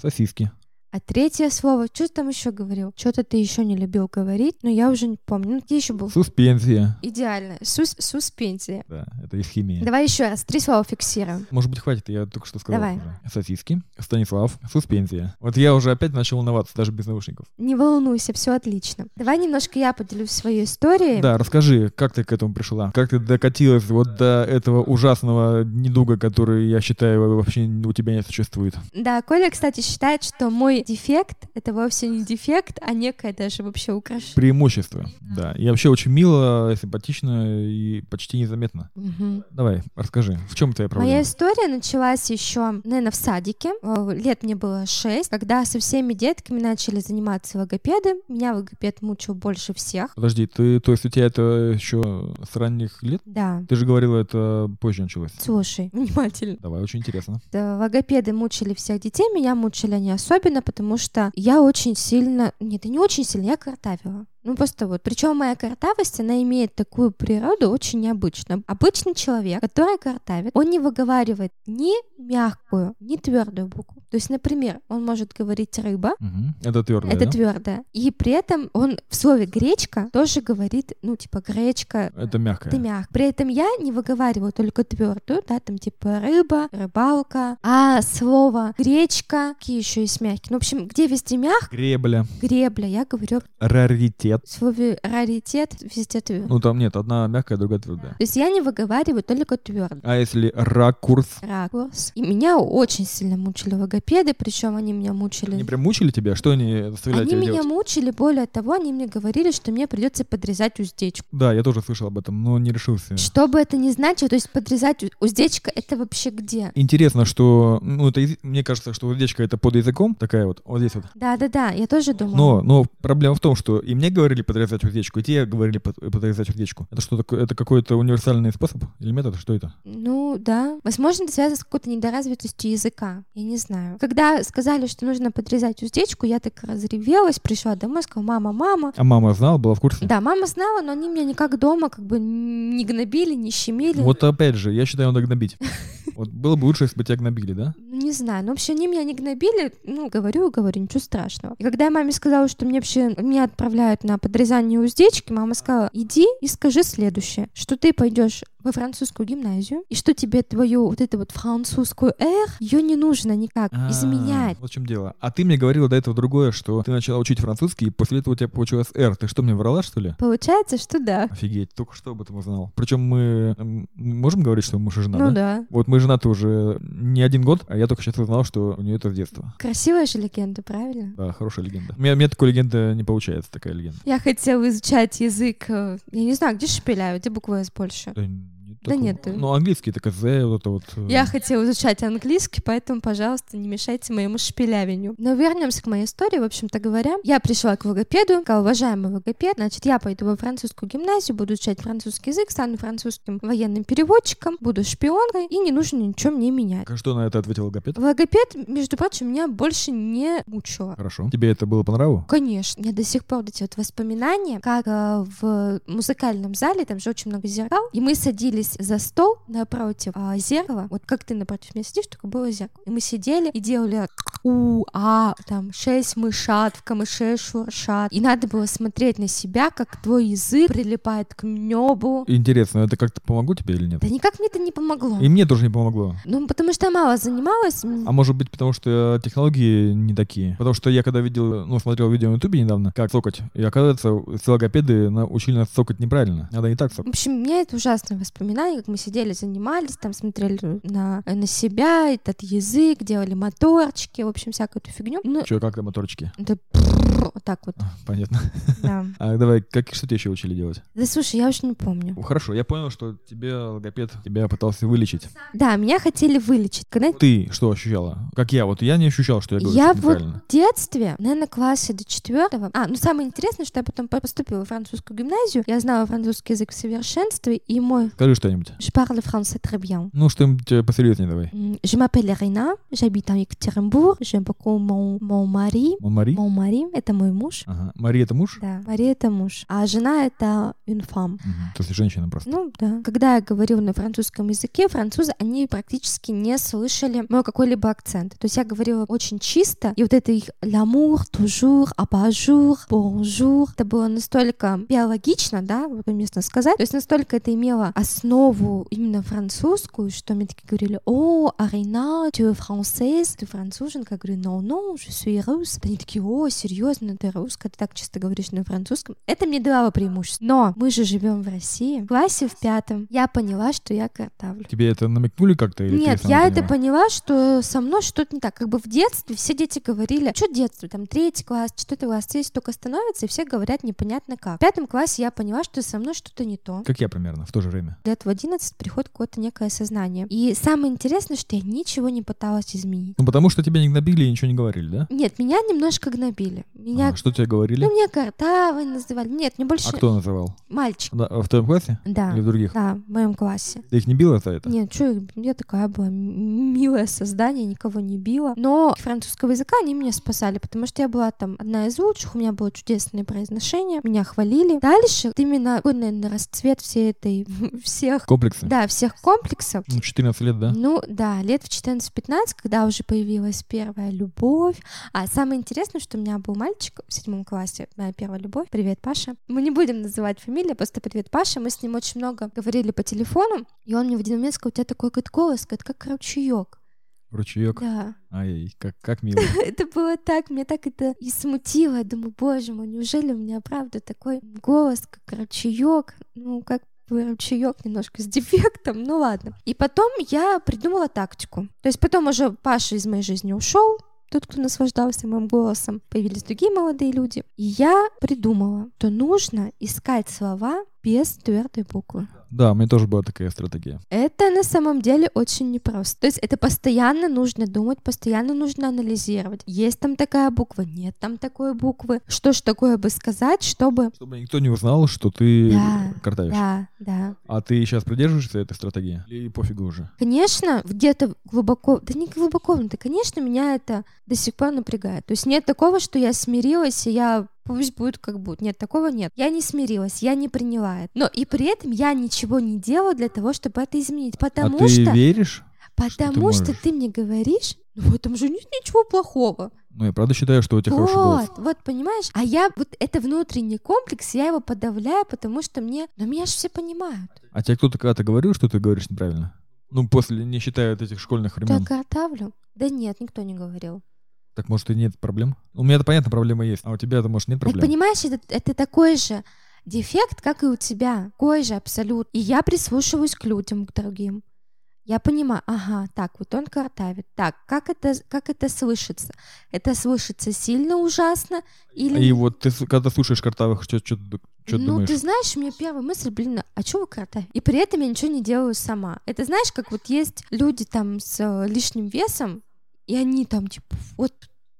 Speaker 3: Сосиски.
Speaker 1: А третье слово, что ты там еще говорил? Что-то ты еще не любил говорить, но я уже не помню. Ну, где еще был?
Speaker 3: Суспензия.
Speaker 1: Идеально. Сус суспензия.
Speaker 3: Да, это из химии.
Speaker 1: Давай еще раз. Три слова фиксируем.
Speaker 3: Может быть, хватит, я только что сказал.
Speaker 1: Давай.
Speaker 3: уже. Сосиски, Станислав, суспензия. Вот я уже опять начал волноваться, даже без наушников.
Speaker 1: Не волнуйся, все отлично. Давай немножко я поделюсь своей историей.
Speaker 3: Да, расскажи, как ты к этому пришла? Как ты докатилась вот до этого ужасного недуга, который, я считаю, вообще у тебя не существует?
Speaker 1: Да, Коля, кстати, считает, что мой дефект — это вовсе не дефект, а некое даже вообще украшение.
Speaker 3: Преимущество, да. И вообще очень мило, симпатично и почти незаметно.
Speaker 1: Мгм.
Speaker 3: Давай, расскажи, в чем твоя проблема?
Speaker 1: Моя история началась еще, наверное, в садике. Э, Лет мне было шесть, когда со всеми детками начали заниматься логопеды. Меня логопед мучил больше всех.
Speaker 3: Подожди, ты, то есть у тебя это еще с ранних лет?
Speaker 1: Да.
Speaker 3: Ты же говорила, это позже началось.
Speaker 1: Слушай, внимательно.
Speaker 3: Давай, очень интересно.
Speaker 1: Э, Логопеды мучили всех детей, меня мучили они особенно, потому что я очень сильно... Нет, и не очень сильно, я картавила. Ну, просто вот. Причем моя картавость, она имеет такую природу очень необычную. Обычный человек, который картавит, он не выговаривает ни мягкую, ни твердую букву. То есть, например, он может говорить рыба,
Speaker 3: Мгм. Это твердое,
Speaker 1: Это
Speaker 3: да?
Speaker 1: твердо. И при этом он в слове гречка тоже говорит, ну, типа, гречка,
Speaker 3: Это мягкое.
Speaker 1: ты мяг. При этом я не выговариваю только твердую, да, там типа рыба, рыбалка, а слово гречка, какие еще есть мягкие. Ну, в общем, где везде мяг,
Speaker 3: Гребля,
Speaker 1: гребля, я говорю
Speaker 3: раритет.
Speaker 1: в слове раритет, везде твердо.
Speaker 3: Ну там нет, одна мягкая, другая твердая.
Speaker 1: То есть я не выговариваю только твердо.
Speaker 3: А если ракурс?
Speaker 1: Ракурс. И меня очень сильно мучили логопеды, причем они меня мучили.
Speaker 3: Они прям мучили тебя? Что они заставляли
Speaker 1: Они
Speaker 3: тебя
Speaker 1: меня
Speaker 3: делать?
Speaker 1: мучили, более того, они мне говорили, что мне придется подрезать уздечку.
Speaker 3: Да, я тоже слышал об этом, но не решился.
Speaker 1: Что бы это ни значило, то есть подрезать у- уздечка это вообще где?
Speaker 3: Интересно, что... Ну, это, из- мне кажется, что уздечка это под языком, такая вот, вот здесь вот.
Speaker 1: Да-да-да, я тоже думала.
Speaker 3: Но, но проблема в том, что и мне говорили подрезать уздечку, и тебе говорили под- подрезать уздечку. Это что такое? Это какой-то универсальный способ или метод? Что это?
Speaker 1: Ну да, возможно, это связано с какой-то недоразвитостью языка, я не знаю. Когда сказали, что нужно подрезать уздечку, я так разревелась, пришла домой, сказала, мама, мама.
Speaker 3: А мама знала, была в курсе?
Speaker 1: Да, мама знала, но они меня никак дома как бы не гнобили, не щемили.
Speaker 3: Вот опять же, я считаю, надо гнобить. Вот было бы лучше, если бы тебя гнобили, да?
Speaker 1: Ну, Не знаю, но вообще они меня не гнобили, ну, говорю, и говорю, ничего страшного. И когда я маме сказала, что мне вообще меня отправляют на подрезание уздечки, мама сказала, иди и скажи следующее, что ты пойдешь во французскую гимназию, и что тебе твою вот эту вот французскую «р», ее не нужно никак
Speaker 3: А,
Speaker 1: изменять.
Speaker 3: Вот в чем дело. А ты мне говорила до этого другое, что ты начала учить французский, и после этого у тебя получилось R. Ты что, мне врала, что ли?
Speaker 1: Получается, что да.
Speaker 3: Офигеть, только что об этом узнал. Причем мы м, можем говорить, что муж и жена,
Speaker 1: ну
Speaker 3: да?
Speaker 1: да.
Speaker 3: Вот мы женаты уже не один год, а я только сейчас узнал, что у нее это с детства.
Speaker 1: Красивая же легенда, правильно?
Speaker 3: Да, хорошая легенда. У меня, у меня такой легенда не получается, такая легенда.
Speaker 1: Я хотела изучать язык, э, я не знаю, где шепеляют, где буква «с» больше.
Speaker 3: Да нет,
Speaker 1: Да нет, ты-
Speaker 3: Ну, английский, это КЗ, вот это вот. э,
Speaker 1: Я хотела изучать английский, поэтому, пожалуйста, не мешайте моему шпилявению. Но вернемся к моей истории, в общем-то говоря. Я пришла к логопеду, сказала, уважаемый логопед, значит, я пойду во французскую гимназию, буду изучать французский язык, стану французским военным переводчиком, буду шпионкой, и не нужно ничего мне менять.
Speaker 3: а Что на это ответил логопед?
Speaker 1: Логопед, между прочим, меня больше не мучила.
Speaker 3: Хорошо. Тебе это было по нраву?
Speaker 1: Конечно, у меня до сих пор вот эти вот воспоминания, как э, в музыкальном зале, там же очень много зеркал, и мы садились за стол напротив а, зеркала, вот как ты напротив меня сидишь, только было зеркало, и мы сидели и делали у, а, там шесть мышат в камыше шуршат, и надо было смотреть на себя, как твой язык прилипает к небу,
Speaker 3: Интересно, это как-то помогло тебе или нет?
Speaker 1: да никак мне это не помогло.
Speaker 3: И мне тоже не помогло.
Speaker 1: Ну, потому что я мало занималась. м,
Speaker 3: А может быть, потому что э, технологии не такие? Потому что я когда видел, ну, смотрел видео на ютубе недавно, как сокать, и оказывается, ну, все логопеды научили нас сокать неправильно. Надо не так
Speaker 1: В
Speaker 3: сокать.
Speaker 1: общем, у меня это ужасное воспоминание, как мы сидели, занимались, там смотрели на, э, на себя, этот язык, делали моторчики, в общем, всякую эту фигню. Ну,
Speaker 3: Че, как там моторчики? А,
Speaker 1: это вот так вот,
Speaker 3: Понятно.
Speaker 1: да.
Speaker 3: А давай, как, что тебя еще учили делать?
Speaker 1: Да слушай, я уж не помню.
Speaker 3: Хорошо, я понял, что тебе логопед тебя пытался вылечить.
Speaker 1: Да, меня хотели вылечить. Когда
Speaker 3: Ты что ощущала? Как я, вот я не ощущал, что я говорю
Speaker 1: Я
Speaker 3: что-то
Speaker 1: вот
Speaker 3: неправильно.
Speaker 1: в детстве, наверное, классе до четвертого. А, ну самое интересное, что я потом по- поступила в французскую гимназию. Я знала французский язык в совершенстве, и мой
Speaker 3: Скажи что-нибудь.
Speaker 1: «Je parle français très bien».
Speaker 3: Ну, что-нибудь э, посерьезнее давай.
Speaker 1: М, Je m'appelle Рина, j'habite en Екатеринбург, j'aime beaucoup mon, mon mari.
Speaker 3: Он Мари?
Speaker 1: Мон Мари — это мой муж.
Speaker 3: Ага. Мари это муж?
Speaker 1: Да, Мари — это муж. А жена — это инфам.
Speaker 3: Мгм. То есть женщина просто.
Speaker 1: Ну да. Когда я говорила на французском языке, французы, они практически не слышали мой какой-либо акцент. То есть я говорила очень чисто, и вот это их «ламур», «тужур», «абажур», «бонжур», это было настолько биологично, да, вот уместно сказать, то есть настолько это имело основу именно французскую, что мне такие говорили «О, Арина, ты française, ты француженка?» Я говорю «Non, non, je suis russe». Они такие «О, серьезно, ты русская, ты так чисто говоришь на французском». Это мне давало преимущество. Но мы же живем в России. В классе в пятом я поняла, что я картавлю.
Speaker 3: Тебе это намекнули как-то? Или ты
Speaker 1: Нет,
Speaker 3: сама
Speaker 1: я это
Speaker 3: поняла?
Speaker 1: поняла, что со мной что-то не так. Как бы в детстве все дети говорили, что детство, там третий класс, четвертый класс, здесь только становится, и все говорят непонятно как. В пятом классе я поняла, что со мной что-то не то.
Speaker 3: Как я примерно, в то же время.
Speaker 1: Лет в 11 приходит какое-то некое сознание. И самое интересное, что я ничего не пыталась изменить.
Speaker 3: Ну, потому что тебя не гнобили и ничего не говорили, да?
Speaker 1: Нет, меня немножко гнобили. Меня...
Speaker 3: А, что тебе говорили?
Speaker 1: Ну, меня картавой называли. Нет, мне больше...
Speaker 3: А кто называл?
Speaker 1: Мальчик.
Speaker 3: Да, а В твоем классе?
Speaker 1: Да,
Speaker 3: Или в других?
Speaker 1: да, в моем классе.
Speaker 3: Ты их не била за это?
Speaker 1: Нет, что, я такая была м- милое создание, никого не била. Но французского языка они меня спасали, потому что я была там одна из лучших, у меня было чудесное произношение, меня хвалили. Дальше вот именно, такой, наверное, расцвет всей этой, всех,
Speaker 3: Комплексы?
Speaker 1: да, всех комплексов.
Speaker 3: Ну, 14 лет, да?
Speaker 1: Ну да, лет в 14-15, когда уже появилась первая любовь. А самое интересное, что у меня был мальчик в седьмом классе, моя первая любовь. Привет, Паша. Мы не будем называть фамилию, просто привет, Паша. Мы с ним очень много говорили по телефону, и он мне в один момент сказал, у тебя такой говорит, голос, говорит, как ручеек.
Speaker 3: Ручеек.
Speaker 1: Да,
Speaker 3: Ай, как, как мило.
Speaker 1: это было так, меня так это и смутило. Я думаю, боже мой, неужели у меня правда такой голос, как ручеек? Ну, как бы ручеек немножко с дефектом, ну ладно. И потом я придумала тактику. То есть потом уже Паша из моей жизни ушел, тот, кто наслаждался моим голосом, появились другие молодые люди. И я придумала, что нужно искать слова без твердой буквы.
Speaker 3: Да, у меня тоже была такая стратегия.
Speaker 1: Это на самом деле очень непросто. То есть это постоянно нужно думать, постоянно нужно анализировать. Есть там такая буква, нет там такой буквы. Что ж такое бы сказать, чтобы...
Speaker 3: Чтобы никто не узнал, что ты
Speaker 1: Да,
Speaker 3: картавишь.
Speaker 1: Да, да.
Speaker 3: А ты сейчас придерживаешься этой стратегии? Или пофигу уже?
Speaker 1: Конечно, где-то глубоко, да не глубоко, но это, конечно, меня это до сих пор напрягает. То есть нет такого, что я смирилась, и я пусть будет как будет. Нет, такого нет. Я не смирилась, я не приняла это. Но и при этом я ничего не делаю для того, чтобы это изменить. Потому
Speaker 3: а ты
Speaker 1: что...
Speaker 3: веришь?
Speaker 1: Потому что ты,
Speaker 3: можешь.
Speaker 1: мне говоришь, ну в этом же нет ничего плохого.
Speaker 3: Ну, я правда считаю, что у тебя хороший голос.
Speaker 1: вот, вот, понимаешь? А я вот это внутренний комплекс, я его подавляю, потому что мне... Но меня же все понимают.
Speaker 3: А тебе кто-то когда-то говорил, что ты говоришь неправильно? Ну, после, не считая вот этих школьных времен.
Speaker 1: Так а картавлю? Да нет, никто не говорил.
Speaker 3: Так, может, и нет проблем? У меня-то, понятно, проблема есть. А у тебя-то, может, нет
Speaker 1: Так
Speaker 3: проблем?
Speaker 1: понимаешь, это, это такой же дефект, как и у тебя. Такой же абсолют. И я прислушиваюсь к людям, к другим. Я понимаю, ага, так, вот он картавит. Так, как это, как это слышится? Это слышится сильно ужасно или...
Speaker 3: И вот ты, с- когда слушаешь картавых, что ты
Speaker 1: ну,
Speaker 3: думаешь?
Speaker 1: ты знаешь, мне первая мысль, блин, а чё вы картавите? И при этом я ничего не делаю сама. Это знаешь, как вот есть люди там с э, лишним весом, и они там типа, вот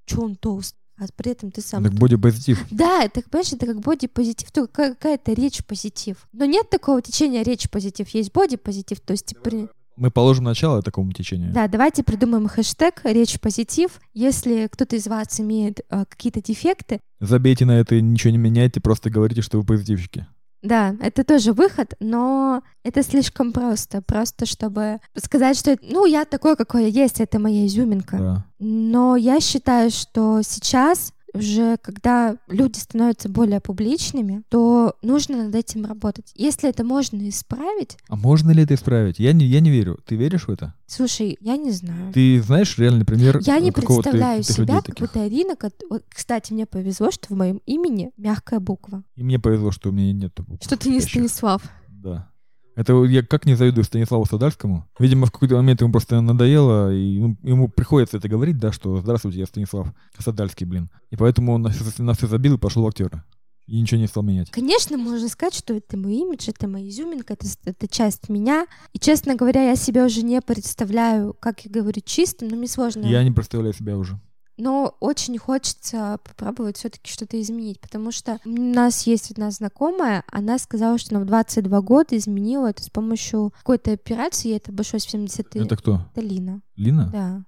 Speaker 1: чё он толст, а при этом ты сам...
Speaker 3: Так бодипозитив.
Speaker 1: Да, это, понимаешь, это как боди-позитив, только ка- какая-то речь-позитив. Но нет такого течения речь-позитив, есть боди-позитив, то есть... при-
Speaker 3: Мы положим начало такому течению.
Speaker 1: Да, давайте придумаем хэштег речь-позитив. Если кто-то из вас имеет э, какие-то дефекты,
Speaker 3: Забейте на это, ничего не меняйте, просто говорите, что вы позитивщики.
Speaker 1: Да, это тоже выход, но это слишком просто. Просто чтобы сказать, что ну я такой, какой я есть, это моя изюминка.
Speaker 3: Да.
Speaker 1: Но я считаю, что сейчас уже когда люди становятся более публичными, то нужно над этим работать. Если это можно исправить,
Speaker 3: А можно ли это исправить? Я не, я не верю. Ты веришь в это?
Speaker 1: слушай, я не знаю.
Speaker 3: Ты знаешь реальный пример?
Speaker 1: Я не
Speaker 3: э, какого-то
Speaker 1: представляю
Speaker 3: из этих
Speaker 1: себя,
Speaker 3: людей
Speaker 1: как
Speaker 3: таких?
Speaker 1: будто Арина, кот- вот, кстати, мне повезло, что в моем имени мягкая буква.
Speaker 3: И мне повезло, что у меня нет букв
Speaker 1: Что ты не
Speaker 3: спящих.
Speaker 1: Станислав.
Speaker 3: Да. Это вот я как не завидую Станиславу Садальскому. Видимо, в какой-то момент ему просто надоело, и ну, ему приходится это говорить, да, что «Здравствуйте, я Станислав Садальский, блин». И поэтому он на всё- на все забил и пошел в актера. И ничего не стал менять.
Speaker 1: Конечно, можно сказать, что это мой имидж, это моя изюминка, это, с- это часть меня. И, честно говоря, я себя уже не представляю, как я говорю, чистым, но мне сложно.
Speaker 3: Я не представляю себя уже.
Speaker 1: Но очень хочется попробовать все таки что-то изменить, потому что у нас есть одна знакомая, она сказала, что она в 22 года изменила это с помощью какой-то операции, ей это обошлось в 70
Speaker 3: Это кто?
Speaker 1: Это Лина,
Speaker 3: Лина?
Speaker 1: да.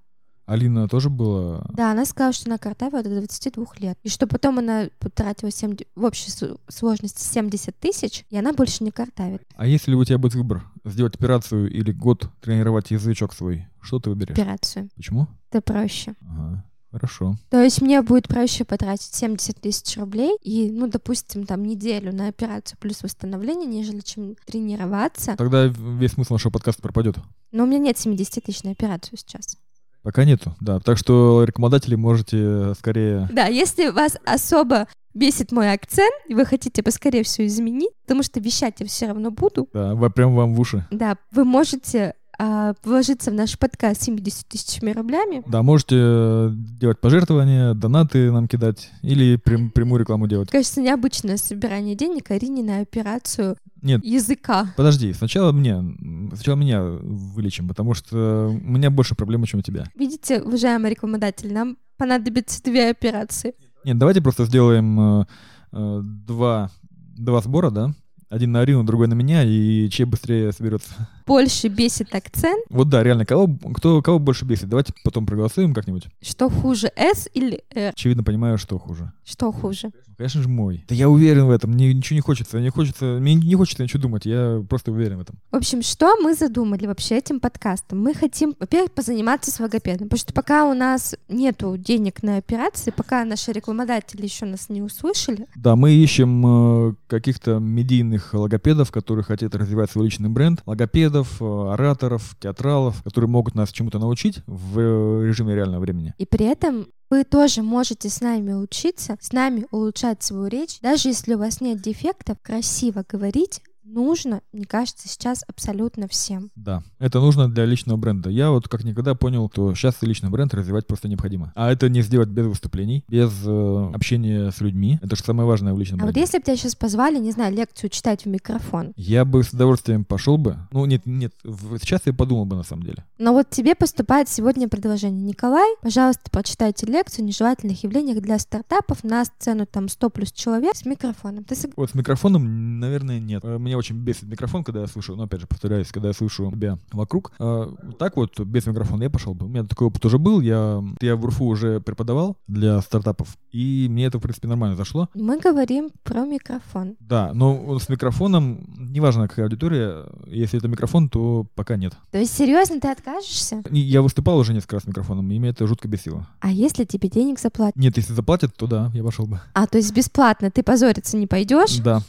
Speaker 3: Алина тоже была?
Speaker 1: Да, она сказала, что она картавила до 22 лет. И что потом она потратила семь- в общей су- сложности 70 тысяч, и она больше не картавит.
Speaker 3: А если у тебя будет выбор сделать операцию или год тренировать язычок свой, что ты выберешь?
Speaker 1: Операцию.
Speaker 3: Почему?
Speaker 1: Это проще.
Speaker 3: Ага, хорошо.
Speaker 1: То есть мне будет проще потратить 70 тысяч рублей и, ну, допустим, там неделю на операцию плюс восстановление, нежели чем тренироваться.
Speaker 3: Тогда весь смысл нашего подкаста пропадет.
Speaker 1: Но у меня нет 70 тысяч на операцию сейчас.
Speaker 3: Пока нету, да. Так что рекомендатели можете скорее...
Speaker 1: Да, если вас особо бесит мой акцент, и вы хотите поскорее все изменить, потому что вещать я все равно буду,
Speaker 3: Да, во- прям вам в уши.
Speaker 1: да, вы можете а, вложиться в наш подкаст 70 тысячами рублями.
Speaker 3: Да, можете э, делать пожертвования, донаты нам кидать или прям, прямую рекламу делать.
Speaker 1: Кажется, необычное собирание денег Арине на операцию
Speaker 3: Нет.
Speaker 1: языка.
Speaker 3: Подожди, сначала мне, м, сначала меня вылечим, потому что у меня больше проблем, чем у тебя.
Speaker 1: Видите, уважаемый рекламодатель, нам понадобится две операции.
Speaker 3: Нет, давайте просто сделаем э, э, два, два сбора, да? Один на Арину, другой на меня, и чей быстрее соберется.
Speaker 1: больше бесит акцент,
Speaker 3: Вот да, реально, кого, кто, кого больше бесит? Давайте потом проголосуем как-нибудь.
Speaker 1: что хуже, S или R?
Speaker 3: Очевидно, понимаю, что хуже.
Speaker 1: Что хуже?
Speaker 3: Ну, Конечно же, мой. Да я уверен в этом, мне ничего не хочется, не хочется, мне не хочется ничего думать, я просто уверен в этом.
Speaker 1: В общем, что мы задумали вообще этим подкастом? Мы хотим, во-первых, позаниматься с логопедом, потому что пока у нас нету денег на операции, пока наши рекламодатели еще нас не услышали,
Speaker 3: Да, мы ищем э, каких-то медийных логопедов, которые хотят развивать свой личный бренд, логопедов, э, ораторов, театралов, которые могут нас чему-то научить в э, режиме реального времени.
Speaker 1: и при этом вы тоже можете с нами учиться, с нами улучшать свою речь, даже если у вас нет дефектов, красиво говорить нужно, мне кажется, сейчас абсолютно всем.
Speaker 3: Да, это нужно для личного бренда. Я вот как никогда понял, что сейчас личный бренд развивать просто необходимо. А это не сделать без выступлений, без э, общения с людьми. Это же самое важное в личном
Speaker 1: А вот
Speaker 3: бренде.
Speaker 1: если бы тебя сейчас позвали, не знаю, лекцию читать в микрофон,
Speaker 3: Я бы с удовольствием пошел бы. Ну, нет, нет, в- сейчас я подумал бы на самом деле.
Speaker 1: Но вот тебе поступает сегодня предложение. Николай, пожалуйста, прочитайте лекцию о нежелательных явлениях для стартапов на сцену там 100 плюс человек с микрофоном. Ты сог-
Speaker 3: Вот с микрофоном, наверное, нет. Э, Меня очень бесит микрофон, когда я слышу, ну, опять же, повторяюсь, когда я слышу тебя вокруг. Э, так вот, без микрофона я пошел бы. У меня такой опыт уже был. Я, я в УРФУ уже преподавал для стартапов, и мне это, в принципе, нормально зашло.
Speaker 1: Мы говорим про микрофон.
Speaker 3: Да, но с микрофоном, неважно какая аудитория, если это микрофон, то пока нет.
Speaker 1: То есть, серьезно, ты откажешься?
Speaker 3: И Я выступал уже несколько раз с микрофоном, и меня это жутко бесило.
Speaker 1: А если тебе денег заплатят?
Speaker 3: Нет, если заплатят, то да, я пошел бы.
Speaker 1: А, то есть бесплатно, ты позориться не пойдешь?
Speaker 3: Да,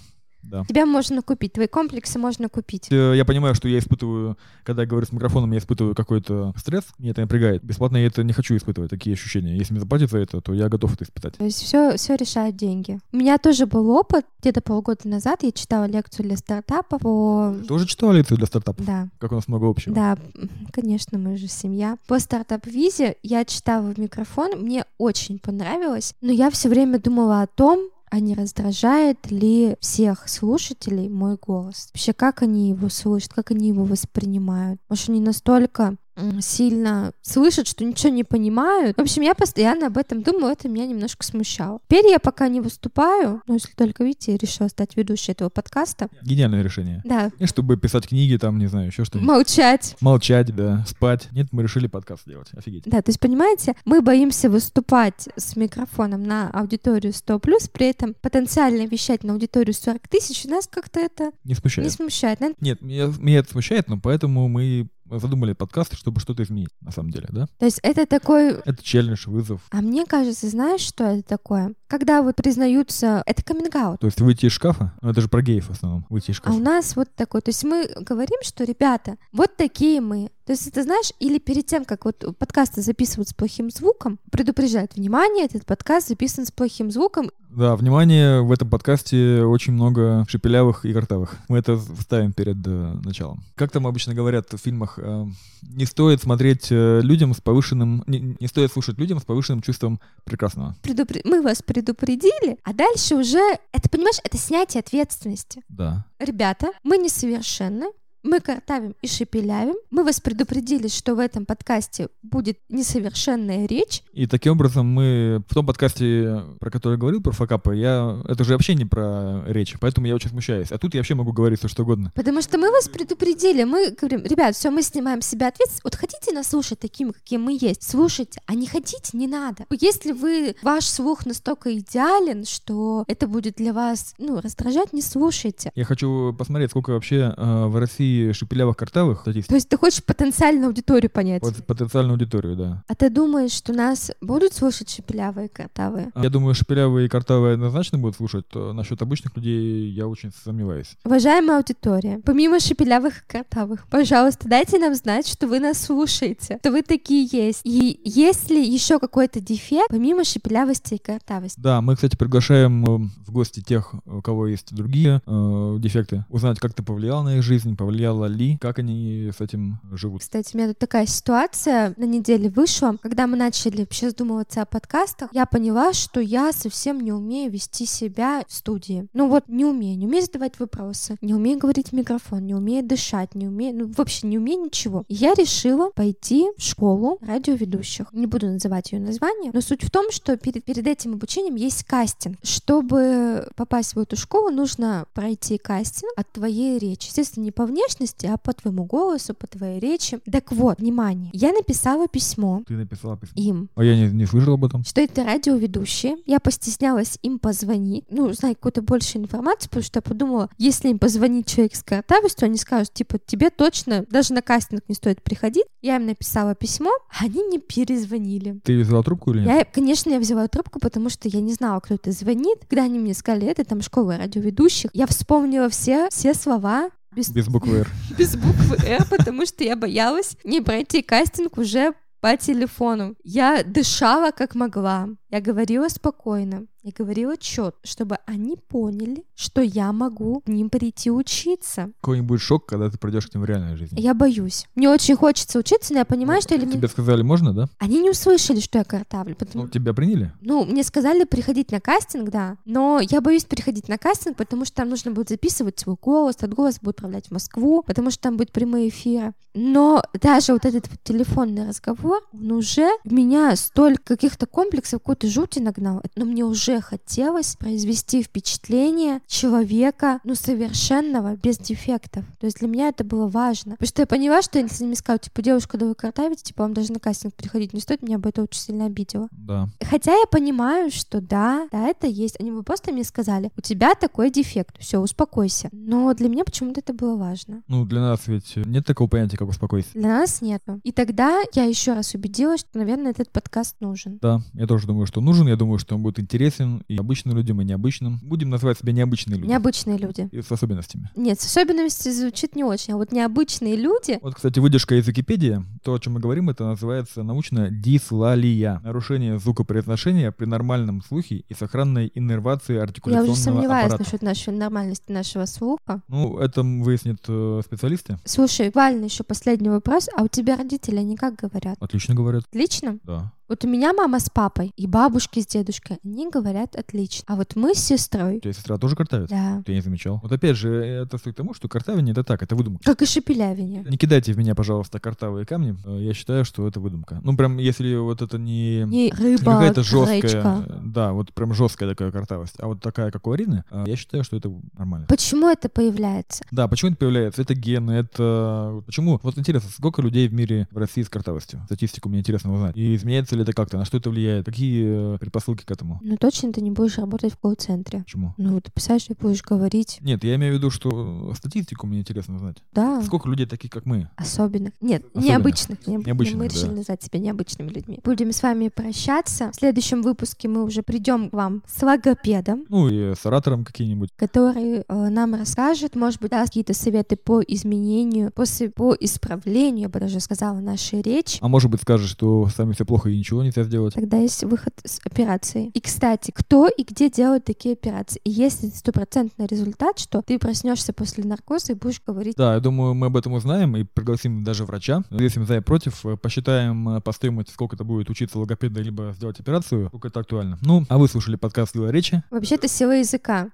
Speaker 3: Да.
Speaker 1: Тебя можно купить, твои комплексы можно купить.
Speaker 3: Э, Я понимаю, что я испытываю, когда я говорю с микрофоном, я испытываю какой-то стресс, меня это напрягает. Бесплатно я это не хочу испытывать, такие ощущения. Если мне заплатят за это, то я готов это испытать.
Speaker 1: То есть все, все решают деньги. У меня тоже был опыт. Где-то полгода назад я читала лекцию для стартапа по...
Speaker 3: Тоже читал лекцию для стартапов?
Speaker 1: Да,
Speaker 3: Как у нас много общего.
Speaker 1: да, м, конечно, мы же семья. По стартап-визе я читала в микрофон, мне очень понравилось, но я все время думала о том, а не раздражает ли всех слушателей мой голос? Вообще, как они его слышат, как они его воспринимают? Может, они настолько м, сильно слышат, что ничего не понимают. В общем, я постоянно об этом думала, это меня немножко смущало. Теперь я пока не выступаю, но если только, видите, решила стать ведущей этого подкаста.
Speaker 3: Гениальное решение.
Speaker 1: Да,
Speaker 3: И чтобы писать книги, там, не знаю, еще что-нибудь.
Speaker 1: молчать.
Speaker 3: Молчать, да, спать. Нет, мы решили подкаст делать. Офигеть.
Speaker 1: Да, то есть, понимаете, мы боимся выступать с микрофоном на аудиторию 100+, при этом потенциально вещать на аудиторию 40 тысяч, и нас как-то это
Speaker 3: Не
Speaker 1: не
Speaker 3: смущает.
Speaker 1: смущает. Наверно,
Speaker 3: Нет, меня, меня это смущает, но поэтому мы задумали подкаст, чтобы что-то изменить, на самом деле, да?
Speaker 1: То есть это такой...
Speaker 3: Это челлендж, вызов.
Speaker 1: А мне кажется, знаешь, что это такое? Когда вот признаются... Это каминг
Speaker 3: То есть выйти из шкафа, ну это же про геев в основном, выйти из
Speaker 1: А у
Speaker 3: шкафа.
Speaker 1: нас вот такой. То есть мы говорим, что, ребята, вот такие мы. То есть это, знаешь, или перед тем, как вот подкасты записывают с плохим звуком, предупреждают, внимание, этот подкаст записан с плохим звуком,
Speaker 3: Да, внимание, в этом подкасте очень много шепелявых и картавых. Мы это ставим перед э, началом. Как там обычно говорят в фильмах, э, не стоит смотреть э, людям с повышенным... Не, не стоит слушать людям с повышенным чувством прекрасного.
Speaker 1: предупре- мы вас предупредили, а дальше уже, это, понимаешь, это снятие ответственности.
Speaker 3: Да.
Speaker 1: Ребята, мы несовершенны, мы картавим и шепелявим, мы вас предупредили, что в этом подкасте будет несовершенная речь.
Speaker 3: И таким образом мы в том подкасте, про который я говорил, про факапы, я... это же вообще не про речь, поэтому я очень смущаюсь. А тут я вообще могу говорить все что угодно.
Speaker 1: Потому что мы вас предупредили, мы говорим, ребят, все, мы снимаем с себя ответственность. Вот хотите нас слушать такими, какие мы есть, слушайте, а не хотите, не надо. Если вы, ваш слух настолько идеален, что это будет для вас, ну, раздражать, не слушайте.
Speaker 3: Я хочу посмотреть, сколько вообще э, в России шепелявых картавых
Speaker 1: То
Speaker 3: статистик.
Speaker 1: есть ты хочешь потенциальную аудиторию понять?
Speaker 3: Вот потенциальную аудиторию, да.
Speaker 1: А ты думаешь, что нас будут слушать шепелявые картавые?
Speaker 3: Я думаю, шепелявые и картавые однозначно будут слушать. а Насчет обычных людей я очень сомневаюсь.
Speaker 1: Уважаемая аудитория, помимо шепелявых и картавых, пожалуйста, дайте нам знать, что вы нас слушаете, что вы такие есть. И есть ли еще какой-то дефект, помимо шепелявости и картавости?
Speaker 3: Да, мы, кстати, приглашаем э, в гости тех, у кого есть другие э, дефекты, узнать, как это повлияло на их жизнь, повлияло ли, как они с этим живут.
Speaker 1: Кстати, у меня тут такая ситуация на неделе вышла, когда мы начали вообще задумываться о подкастах, я поняла, что я совсем не умею вести себя в студии. Ну вот не умею, не умею задавать вопросы, не умею говорить в микрофон, не умею дышать, не умею, ну вообще не умею ничего. И Я решила пойти в школу радиоведущих. Не буду называть ее название, но суть в том, что перед, перед этим обучением есть кастинг. Чтобы попасть в эту школу, нужно пройти кастинг от твоей речи. Естественно, не по внешности, а по твоему голосу, по твоей речи. Так вот, внимание, я написала письмо
Speaker 3: Ты написала письмо.
Speaker 1: им,
Speaker 3: А я не, не слышал об этом.
Speaker 1: что это радиоведущие. Я постеснялась им позвонить, ну, узнать какую-то больше информацию, потому что я подумала, если им позвонить человек с картавостью, они скажут, типа, тебе точно даже на кастинг не стоит приходить. Я им написала письмо, а они не перезвонили.
Speaker 3: Ты взяла трубку или нет?
Speaker 1: Я, конечно, я взяла трубку, потому что я не знала, кто это звонит. Когда они мне сказали, это там школа радиоведущих, я вспомнила все, все слова без,
Speaker 3: Без буквы «Р».
Speaker 1: без буквы «Р», потому что я боялась не пройти кастинг уже по телефону. Я дышала как могла. Я говорила спокойно. Я говорила четко, чтобы они поняли, что я могу к ним прийти учиться.
Speaker 3: Какой-нибудь шок, когда ты пройдешь к ним в реальной жизни.
Speaker 1: Я боюсь. Мне очень хочется учиться, но я
Speaker 3: Ну,
Speaker 1: понимаю, что элемент-
Speaker 3: Тебе сказали, можно, да?
Speaker 1: они не услышали, что я картавлю. потому-
Speaker 3: Ну, тебя приняли?
Speaker 1: Ну, мне сказали приходить на кастинг, да, но я боюсь приходить на кастинг, потому что там нужно будет записывать свой голос, этот голос будет отправлять в Москву, потому что там будут прямые эфиры. Но даже вот этот вот телефонный разговор, он уже в меня столько каких-то комплексов, какой-то жути нагнал, но мне уже хотелось произвести впечатление человека, ну, совершенного, без дефектов. То есть для меня это было важно, потому что я поняла, что если они мне скажут, типа, девушка, да вы картавите, типа, вам даже на кастинг приходить не стоит, меня бы это очень сильно обидело.
Speaker 3: Да.
Speaker 1: Хотя я понимаю, что да, да, это есть. Они бы просто мне сказали, у тебя такой дефект, все, успокойся. Но для меня почему-то это было важно.
Speaker 3: Ну, для нас ведь нет такого понятия, как успокойся.
Speaker 1: Для нас нету. И тогда я еще раз убедилась, что, наверное, этот подкаст нужен.
Speaker 3: Да, я тоже думаю, думаю, что нужен, я думаю, что он будет интересен и обычным людям, и необычным. Будем называть себя необычные люди.
Speaker 1: Необычные люди.
Speaker 3: И с особенностями.
Speaker 1: Нет, с особенностью звучит не очень, а вот необычные люди...
Speaker 3: Вот, кстати, выдержка из Википедии. То, о чем мы говорим, это называется научно дислалия. Нарушение звукопроизношения при нормальном слухе и сохранной иннервации
Speaker 1: Я
Speaker 3: артикуляционного
Speaker 1: уже сомневаюсь
Speaker 3: аппарата.
Speaker 1: насчет нашей нормальности нашего слуха.
Speaker 3: Ну, это выяснят э, специалисты.
Speaker 1: Слушай, буквально еще последний вопрос. А у тебя родители они как говорят?
Speaker 3: Отлично говорят.
Speaker 1: Отлично?
Speaker 3: Да.
Speaker 1: Вот у меня мама с папой и бабушки с дедушкой, они говорят отлично. А вот мы с
Speaker 3: У
Speaker 1: сестрой,
Speaker 3: тебя сестра тоже картавит?
Speaker 1: да,
Speaker 3: Ты не замечал. Вот опять же, это суть к тому, что картавение это так, это выдумка.
Speaker 1: как и шепелявение.
Speaker 3: Не кидайте в меня, пожалуйста, картавые камни. Э, Я считаю, что это выдумка. Ну, прям, если вот это не...
Speaker 1: Не
Speaker 3: не
Speaker 1: рыба,
Speaker 3: какая-то жесткая,
Speaker 1: гречка.
Speaker 3: э, да, вот прям жесткая такая картавость. А вот такая, как у Арины, э, я считаю, что это нормально.
Speaker 1: Почему это появляется?
Speaker 3: Да, почему это появляется? Это гены, это... Почему? Вот интересно, сколько людей в мире в России с картавостью? Статистику мне интересно узнать. И изменяется ли это как-то? На что это влияет? Какие э, предпосылки к этому?
Speaker 1: Ну точно ты не будешь работать в колл-центре.
Speaker 3: Почему?
Speaker 1: Ну вот писаешь и будешь говорить,
Speaker 3: Нет, я имею в виду, что статистику мне интересно узнать.
Speaker 1: да,
Speaker 3: Сколько людей таких, как мы?
Speaker 1: особенных. Нет,
Speaker 3: Особенных.
Speaker 1: необычных. необ-
Speaker 3: Необычных,
Speaker 1: Мы
Speaker 3: да.
Speaker 1: решили назвать себя необычными людьми. Будем с вами прощаться. В следующем выпуске мы уже придем к вам с логопедом.
Speaker 3: Ну и с оратором какие-нибудь.
Speaker 1: который э, нам расскажет, может быть, даст какие-то советы по изменению, после по исправлению, я бы даже сказала, нашей речи.
Speaker 3: А может быть скажет, что сами все плохо и ничего нельзя сделать.
Speaker 1: Тогда есть выход с операции. И, кстати, кто и где делают такие операции? И есть ли стопроцентный результат, что ты проснешься после наркоза и будешь говорить
Speaker 3: Да, я думаю, мы об этом узнаем и пригласим даже врача. Взвесим за и против, э, посчитаем э, по стоимости, сколько это будет учиться логопеда, либо сделать операцию, сколько это актуально. Ну, а вы слушали подкаст «Сила речи»,
Speaker 1: Вообще-то сила языка.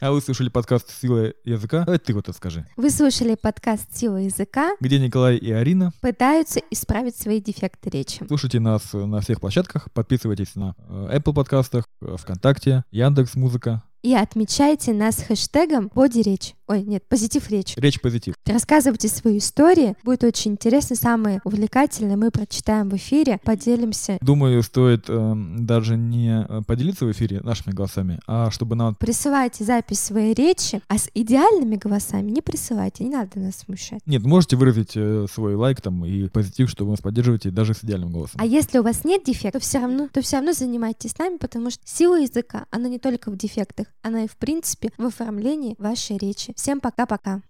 Speaker 3: а вы слушали подкаст «Сила языка», это ты вот это скажи,
Speaker 1: Вы слушали подкаст «Сила языка».
Speaker 3: где Николай и Арина.
Speaker 1: Пытаются исправить свои дефекты речи.
Speaker 3: Слушайте нас э, на всех площадках, подписывайтесь на э, Apple подкастах, э, ВКонтакте, Яндекс Музыка.
Speaker 1: И отмечайте нас хэштегом «Боди-речь». Ой, нет, «Позитив речь».
Speaker 3: Речь позитив.
Speaker 1: Рассказывайте свои истории, будет очень интересно, самые увлекательные мы прочитаем в эфире, поделимся.
Speaker 3: Думаю, стоит эм, даже не э, поделиться в эфире нашими голосами, а чтобы нам
Speaker 1: Присылайте запись своей речи, а с идеальными голосами не присылайте, не надо нас смущать.
Speaker 3: Нет, можете выразить э, свой лайк там и позитив, что вы нас поддерживаете даже с идеальным голосом.
Speaker 1: А если у вас нет дефекта, то все равно, то все равно занимайтесь с нами, потому что сила языка, она не только в дефектах, она и в принципе в оформлении вашей речи. Всем пока-пока.